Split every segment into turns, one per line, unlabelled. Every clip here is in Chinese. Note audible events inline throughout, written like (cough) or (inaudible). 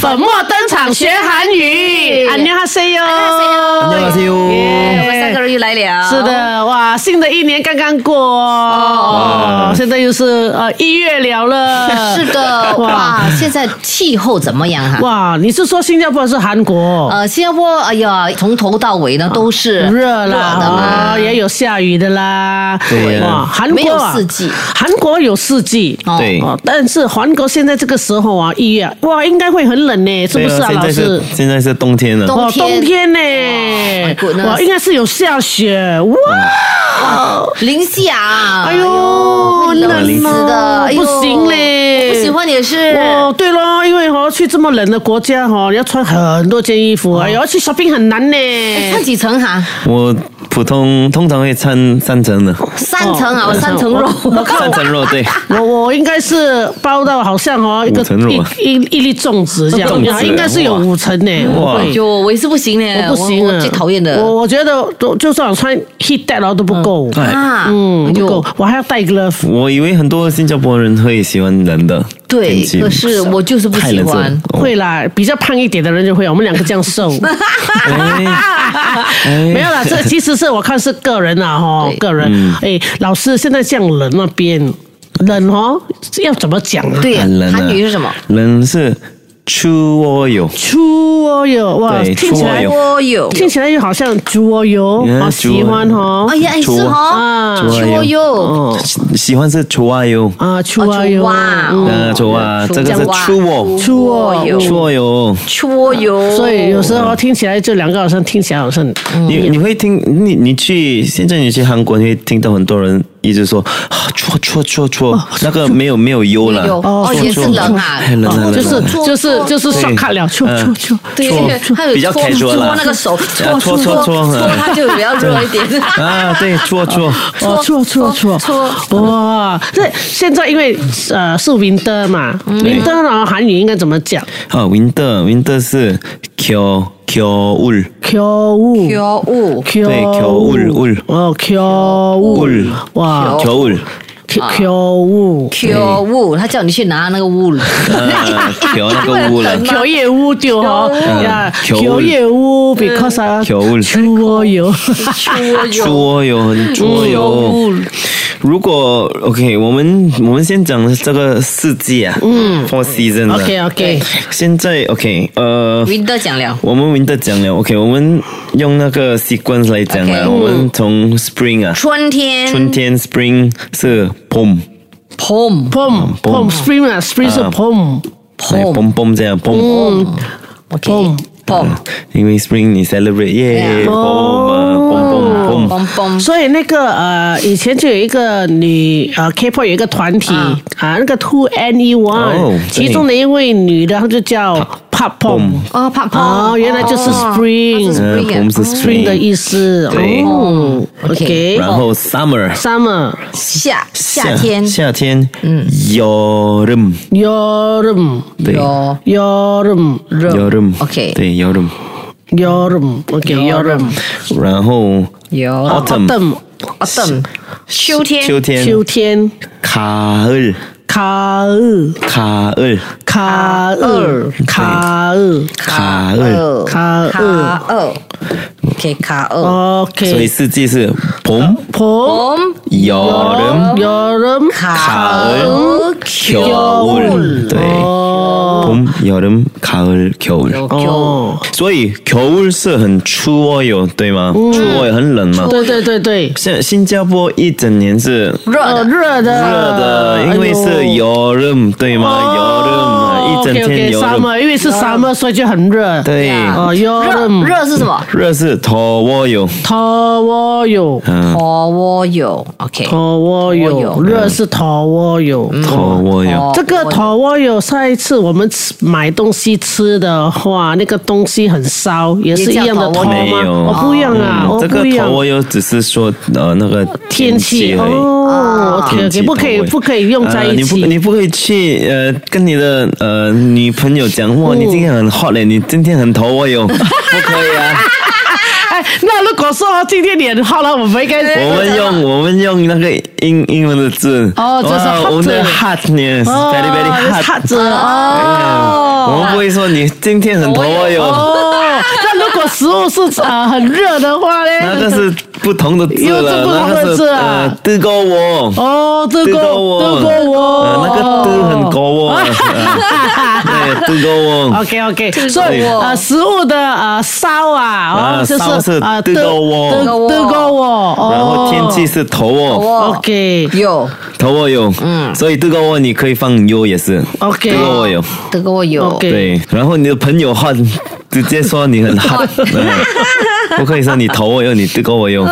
粉墨登场学韩语，안녕하세
안녕하
요。
세요
耶
我们三个人又来了。
是，的，哇，新的一年刚刚过，哦，现在又是呃一月了了。
(laughs) 是的，
哇
哇，现在气候怎么样哈？
哇，你是说新加坡还是韩国？
呃，新加坡，哎呀，从头到尾呢都是
热
热的
啦，
嘛
哦，也有下雨的啦。
对
哇，韩
没
国
有
啊
四季
韩国有四季。
哦
对，
哦，但是韩国现在这个时候啊，一月哇，应该会很冷呢，是
对
不是啊，
现
老
在
师
是？现在是冬天了。
哦，
冬
冬
天
天呢
哇，，my
哇，
goodness
应该是有下雪哇！
零下，
哎呦，
会冷
冷
死
哦
的，哎呦
不行嘞，
我不喜欢也是。
哦，对咯，因为哦，去这么冷的国家哦，要穿很多件衣服，
哦
哎呦，去 shopping 很难呢。
哎穿几层哈？
我普通通常会穿三层的，
三层啊，
哦
我三层肉。
三层肉对。
我我应该是包到好像哦一个
五层肉啊
一一一粒粽子这样，
粽子
应该是有
哇
五层呢。
哇
会
就哎我也是不行嘞，
我不行
我
啊，
最讨厌的
我我觉得就就算我穿 heat t a 都不够，
哎，
啊，
嗯，
哎
不
呦
够，我还要带 glove。
我以为很多新加坡人会喜欢冷的天
对，
气，
可是我就是不
太
喜
冷
欢
了。。
会啦，比较胖一点的人就会，啊我们两个这样
(laughs)
瘦，没
没
有啦，这其实是我看是个人啦，哈
对，
个人。哎，老师现在这样冷那边冷哦，要怎么讲啊？
对，
很冷啊。
韩语是什么？
冷是出窝有，
出哦哟，哇，
对
听起来
出哦
我有
听起来又好像猪哦哟，
嗯
好喜欢哦
哎。呀，哎是
啊
哦，
猪
我有，
哦
喜欢是出窝有，
啊，出哦
哦猪
哟，
哇
嗯
呃，出窝这个是出窝，
出哦哟。
出窝有。
出油，
所以有时候听起来这两个好像听起来好像
你你会听你你去现在你去韩国，你会听到很多人一直说啊戳戳戳戳，那个没有没有优了，
有哦
戳
也是
戳
冷啊
哎冷
아,
冷冷，
就是
冷
错
就是
네.
就是上看了，出
嗯
出出。
对，还有
比较
搓
casual 啦
搓那个手，
啊
搓
搓搓
搓
搓
搓，它就比较热一点。
네. 啊，对，戳戳，
哦，错错错
搓搓
哇！这现在因为呃是 winter 嘛，winter 呢韩语应该怎么讲？
啊，winter winter 是 아, 겨 겨 울，
겨物
有雾，
对
겨
겨울울
哦겨物
울
哇
겨울，
겨物
有雾，他叫你去拿那个雾，
啊， 아, 겨那个울了，
겨业务丢哦
嗯
呀
겨울
겨业
嗯
务 because 啊
겨울
추워 요
出油，
桌游很桌
음.
游。如果 OK，我们我们先讲这个四季啊，嗯，Four Seasons 啊。
OK OK
现在 OK，呃，
云德讲了，
我们 Winter 讲了，OK，我们用那个 sequence 来讲啊
OK
我们从 Spring 啊，
春天，
春天 Spring 是 Pom，
，pom
pom pom spring 啊 spring 是
啊
pom
pom pom 哎这样 Pom，
pom
pom
因为 Spring 你 celebrate 耶
Yeah
，Pom
Oh
啊，Pom Pom Pom，
pom pom，
所以那个呃，以前就有一个女呃 K-pop 有一个团体啊
啊
那个 Two N E
哦
One，
对
其中的一位女的，她就叫 Pop Pom。
哦，pom pom，
哦，原来就是 Spring，Spring
嗯
Spring 啊
Pom 是 Spring
的意思。
对
哦
OK
，OK，
然后 Summer。
Summer
夏夏天，
夏天，嗯，여름，
Yolum
对，
有
Yolum
여름. 네.
OK
对，여름。
Yolum OK Yolum
然后
有
autumn
Autumn
autumn，秋天，
秋天，
秋天
卡尔
卡尔
卡尔
卡尔卡尔
卡尔，
卡
卡
尔
二，OK，卡
어.
二
，OK，
所以四季是봄、
봄
，pom，
여름、
有人
卡
尔
尔，
겨울。对，봄、 어. 여름、 가을、 겨울。
哦，
所以 겨울 是很추워요，对吗？ 음. 추워요很冷嘛。
对对对对，
像新加坡一整年是
呃
热的，
热的
热的，因为是
哎呦
여름，对吗？여름 一整
OK，OK，
天
summer，
여름。
因为是 summer，所以就很热。
对，
哦，有
热
人
热是什么？
热是더워요。
头窝有，
嗯，
火窝有，OK，
头窝
头
有，
窝有
热是头窝有。
더워요。
哦
这个
我
头窝有，上一次我们吃买东西吃的话，那个东西很烧，也是一样的
也
头
叫头窝
没
吗？
有
哦，不一样啊，
嗯
哦，
这个
不一样
头。窝油只是说呃那个
天气
而已。
哦
天气
，OK，不可以
头窝油
不可以用在
呃
一
你不
起。
你不可以去呃跟你的呃女朋友
哦
哦
(laughs)
讲哇，你今天很 hot 嘞，你今天很头窝油，不可以啊。
哎，那如果我说今天脸好了，我们应该。
我
(laughs)
们用我们用那个英英文的字
哦这是
哇
hot
我们的
字
hot yes very very
哦
hot，
哈子
嗯我们不会说你今天很头哦哟，
哦，那如果食物是呃很热的话呢？
那个是不同的字
又是
了，
不同的
那个是
字啊
呃뜨거워。
哦，这个
뜨
这
거워
个我
呃那个 아, 그뜨很高哦，呃对， 네, 뜨거워。
OK OK，
뜨거워
所以呃，食物的呃烧啊，哦，
啊
就
烧
是
是
呃
아, 뜨거워 아,
뜨 뜨거워，哦
然后天气是头哦，
我
OK
有
头哦有，嗯，所以뜨거워你可以放 U 也是，뜨
OK，
거워有，
这个我有
OK
对，然后你的朋友 hot，直接说你很 hot，嗯不可以说你头哦有，你뜨거워有，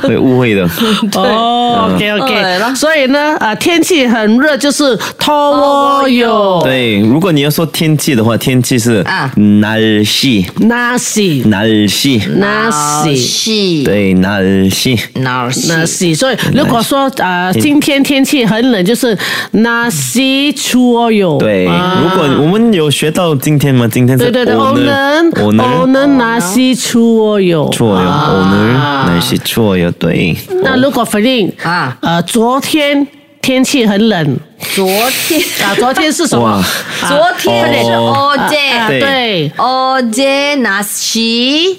会误会的。
哦，OK
对
OK，
了
所以呢，呃，天气很热就是더워요，
对，如果你要说天气的话，天气是
啊
날씨，
那是
날씨，
那是
是
对，날씨，
哪
那
是
是，所以如果说呃今天天气很冷，就是那是추워요，
对，
啊
如果我们有学到今天吗？今天是
对对对
오늘
오늘
오늘
오늘 날씨 추워요.
추워요.
啊
오늘 날씨 추워요. 对，
那如果 f e
啊
呃，昨天天气很冷
昨天
啊，昨天是什么
哇？
啊
昨天是
哦
啊
어제
네.
对
어제 날씨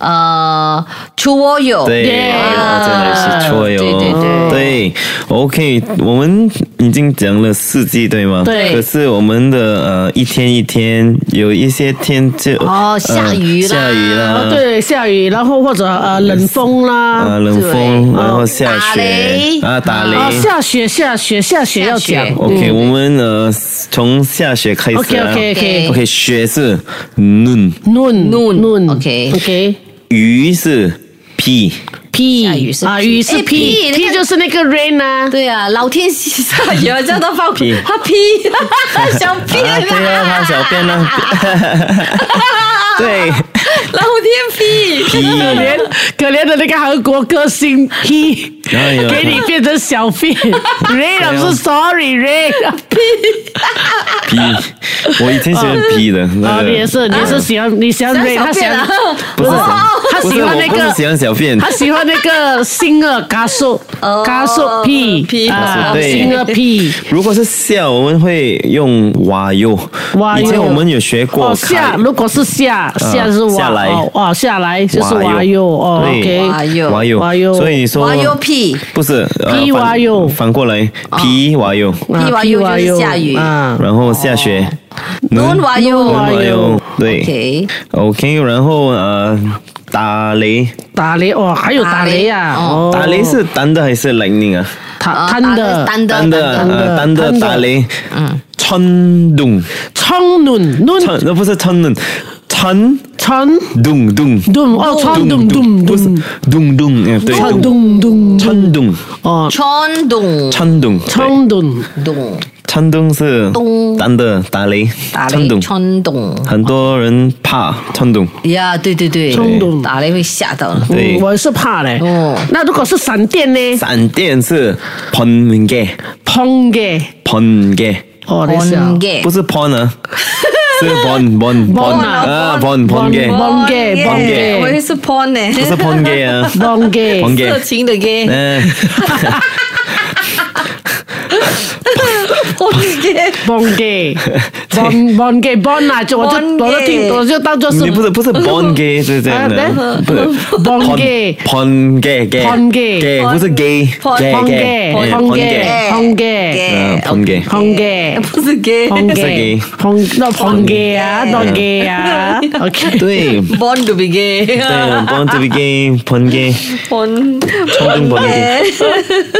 어 추워요
对，啊
Yeah
真的是错哟。
对对对
对，OK，我们已经讲了四季，对吗？
对
可是我们的呃一天一天，有一些天就
哦下雨啦哦
呃下雨
啊，
啦，
对，下雨，然后或者呃冷风
啊
啦，
冷风，
对
然后下
打
雪
雷哦
啊打雷。
啊下雪下雪下雪要
下
讲嗯
雪
OK，我们呃从下雪开始啊。
OK OK OK
OK，雪是 nun，
noon
Noon
noon
嗯 OK
OK
雨是 p，
P
下雨是
啊
P
雨是 P
哎 P，你
P
看
就是那个 rain 啊，
对啊，老天喜上有叫他放屁，他屁，小屁
啊对啊，他小便呢？ (laughs) 对
老天屁，
p，
可怜可怜的那个韩国歌星 P，
哎呦
给你变成小费 Ray 老
哎呦
师 Sorry Ray，
p，我以前喜欢 p 的，那
啊
个
你也是你也是喜欢你喜欢 Ray，他喜
小便
欢
啊，
不是
他
不
喜
是
欢
我
那
不是喜
个。
欢小便，
他喜欢那个 singer 嘎叔，
哦
嘎叔 P
P，
啊
对
，singer
(laughs)
P，
如果是下，我们会用哇哟，
哇哟
以前我们有学过
哦下，
开
如果是下下是哇
啊下来
哦哦下来就是哇哟哦
对
，OK，
哇哟
哇哟
哇哟
所以你说
哇哟屁，
不是呃
P
反
哇哟
反过来 p
哦
哇哟，
啊
屁哇哟就是下雨
啊
然后下雪嗯
暖哇
暖哇
哟
哟
哇哟，对
哦 OK，
，OK，然后呃打雷，
打雷哦，还有打雷啊，
打雷
哦，
打雷是单的还是 lightning 啊？
他
아,
贪的
单的
单的啊，呃单的
单的
打雷，嗯，천둥，
冲눈 눈
천那不是천둥，천
천
둥둥
둥哦천둥둥
不是
둥
둥둥 네. 哎对
천
둥
둥둥
천둥
哦
천둥
천둥对
청둥
동
천둥是
咚
单的打雷，
打
천둥
雷，천둥
很多人怕천둥
呀，对对对
冲动，
打雷会吓到了，
对
嗯我是怕嘞
哦。
那如果是闪电呢？
闪电是번개
砰嘅
번개
哦，你想
번개
不是 pon 啊，是 pon pon pon 啊 pon pon 개
번- 번개
번개，
번개
我也是 pon 呢，
不是 pon 개啊，
砰
번
嘅
개
色情的 gay，
嗯，
pon gay，
砰嘅砰砰嘅砰啊！就我就
번
我就听
개
我就当做是
你不是不是 pon 给是这样的
啊对，
不是
번 개
pon 给给
번 개
给不是 gay
번
砰
gay
嘅
gay
砰
gay
嘅砰嘅
嗯 pon 给
砰嘅。
不是 gay，
碰
是
嘅
嘅，
碰那碰嘅啊，碰嘅啊，OK，
네. 对。
born to be gay，
对，born to be gay，번 개，
pon
冲动 번 개。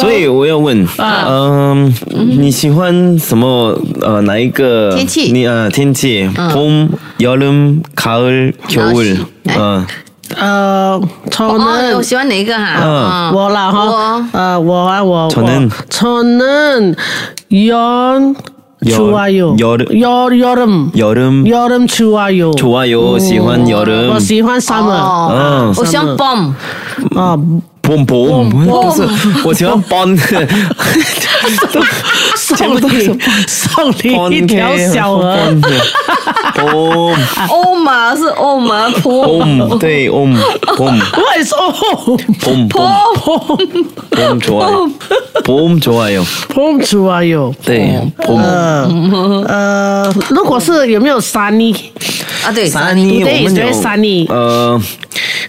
所以我要问，嗯，你喜欢什么？呃，哪一个
天气
你呃，天气，봄、여름가을겨울
날씨 ，
嗯，
呃，可
哦，我
能
喜欢哪一个哈？
嗯
我啦
我
哈，呃，我啊我，
저는
可能연
여-
좋아요
여름-
여 여름
여름
여름 좋아요
좋아요. 喜欢 여름.
我喜欢 summer 어,
哦，我喜欢
嗯
bomb，
啊，
봄 봄. 不是，我喜欢 봄.
送你送你一条小
어,
鹅。
哦
啊
欧玛是欧玛婆
哦，对哦哦
我也是哦，
봄, 봄,
(laughs)
봄 좋아요. 봄 좋아요.
碰出啊哟。
네, 봄.
어, 嗯呃，如果是有没有 어, sunny？
啊，对，
산이
Today is very
오면요.
sunny.
어,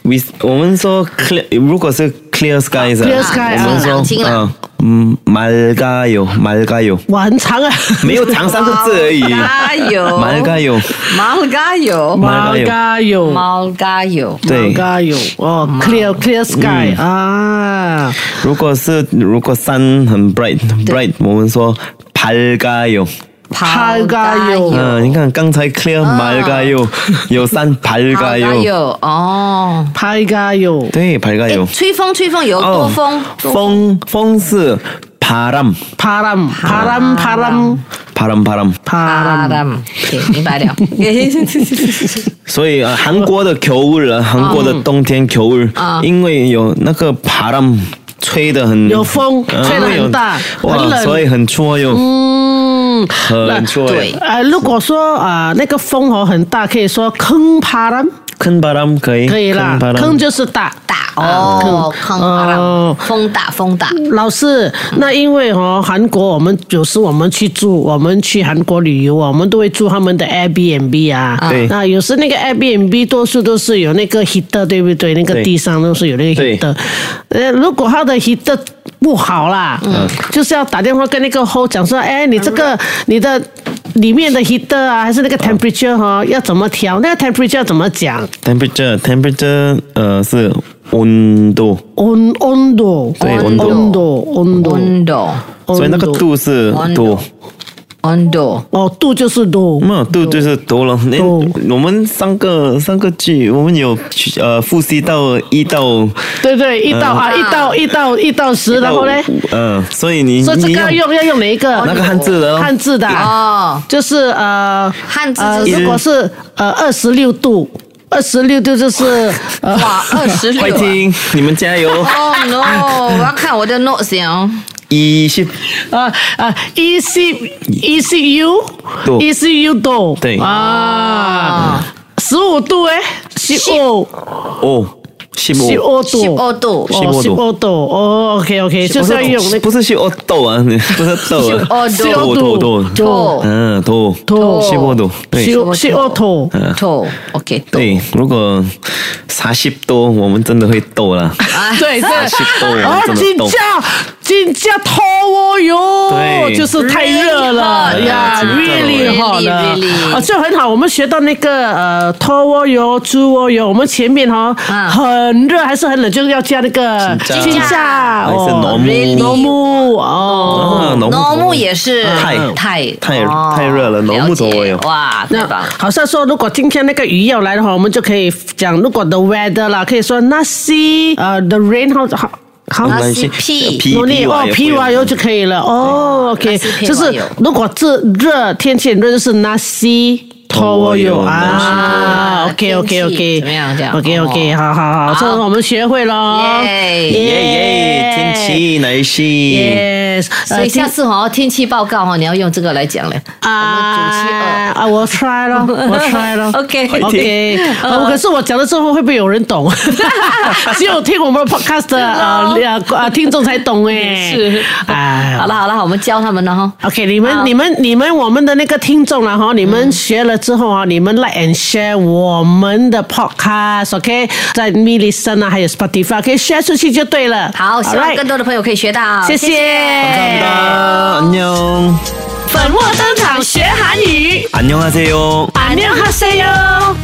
we 我们说 clear, 如果是 clear skies,
clear sky,
我们说
아, 晴朗，晴朗。
어, 음, 맑아요, 맑아요.
哇，很长啊，
네, 没有长三个字而已。
加油，
맑아요.
毛加油，
毛加油，
毛加油，
毛
对，
加油哦，clear 어, clear
음.
sky 아. 啊，
如果是如果山很 음, bright bright，我们说밝아요。 아,
毛加油
嗯、你看刚才 clear 밝아요，有山밝아
毛加
요。
油哦。
拍加油，
对，밝아요。
吹风，吹风，有多风，
哦
多
风风是바람，
啪啦啪啦啪啦
바람바람。
啪啦，
啊的，对，明白
(laughs)
了。
所以呃，韩国的겨울啊，韩国的冬天겨울，因为有那个바람 아, 吹得很，
有风
嗯
吹得很大
有
很
哇，
冷
所以很错哟，
음, 嗯，
很错
对
哟。
呃，如果说啊那个风哦很大，可以说坑啪啦，
큰바람可以，
可以啦
큰，바람
坑就是大。
大哦，康
哦
啊，风大，风大，
老师，那因为哦，韩国我们有时我们去住，我们去韩国旅游啊，我们都会住他们的 Airbnb 啊。
对
那有时那个 Airbnb 多数都是有那个 heater，对不对？那个
对
地上都是有那个
对
heater。呃，如果他的 heater 不好啦，
嗯
就是要打电话跟那个 host 讲说，哎，你这个你的里面的 heater 啊，还是那
嗯
个 temperature 哈、要怎么调？那个 temperature 要怎么讲？
temperature temperature 呃是温度，
温温度，
对
温
温度
度，温度，
温度，
所以那个
温
度是
温度
度，
温度，
哦，度就是度，
没有度就是多了。那
度
我们上个上个剧我们有呃复习到一到
对对，一到啊，一到一到一到十，然后呢，
嗯，所以你
说这
你
个要用要用哪一个？
那个汉字的哦
汉字的
哦，
就是呃，
汉字
呃，
就是
如果是呃二十六度，二十六度
(laughs)
就是呃，
哇，哦二十
快
六。啊
听，你们加油！
Oh no！我要看我的哦 notes 呀。
一是
呃呃 E C E C U
度
E C U 度，
对
啊，十五度哎，十五
哦，是
十
不？
五
十
度。
二度，
哦，
15
十
度
五度哦，OK OK，就是要用那个
不是是哦豆啊，不是豆啊，豆豆
15
豆
度
度
嗯豆
度
是不豆？对
十五十五度，
度，OK，度。
对，如果啥西多，我们真的会豆了。
啊
对对，
(laughs)
啊是冻
啊
真的
金
冻
价金价脱哦哟，
对啊
就是太热了
，really
呀
hot
，really
really
hot 了
really
啊，就很好。我们学到那个呃脱哦哟、猪哦哟，我们前面哈
啊
很热还是很冷，就是要加那个
金价
价
还是
哦
浓木
really
浓木哦。
啊，
农牧也是
太
太
太
哦
太热了农牧怎么
了解
有
哇，太
那
棒了！
好像说，如果今天那个雨要来的话，我们就可以讲，如果 the weather 啦，可以说那些呃 the rain 好好好
那些屁
皮
努力
皮
哦
瓦，也不
皮
一
瓦
样
油就可以了哦。OK，
那西
就
皮瓦
是
油
如果这热天气很热，就是那西。托我油啊
啊
，OK OK
天气
OK，
怎么样这样
？OK
哦
OK，好好好，
好
这我们学会了，
耶
耶耶，天气来西，
，Yes，呃
所以下次哦，天气报告哦，你要用这个来讲嘞。
啊啊，我 try 了，我 try 了
(laughs) OK
OK，呃可是我讲了之后会不会有人懂？
(laughs)
只有听我们 podcast 的呃呃呃听众才懂哎，
是
哎，
好了好了，我们教他们了哦哈。
OK，你们、你们、你们、我们的那个听众了哈，你们学了之后啊，你们 like and share 我们的 podcast，OK，、在 Me Listen 啊，还有 Spotify 可以 share 出去就对了。
好，希望
Alright，
更多的朋友可以学到。
谢谢。
감사합니다. 안녕.
粉墨登场学韩语，
안녕하세요.
안녕하세요。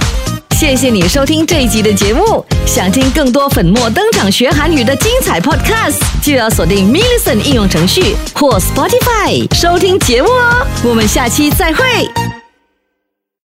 谢谢你收听这一集的节目。想听更多粉墨登场学韩语的精彩 podcast，就要锁定 m i l l i c e n 应用程序或 Spotify 收听节目哦。我们下期再会。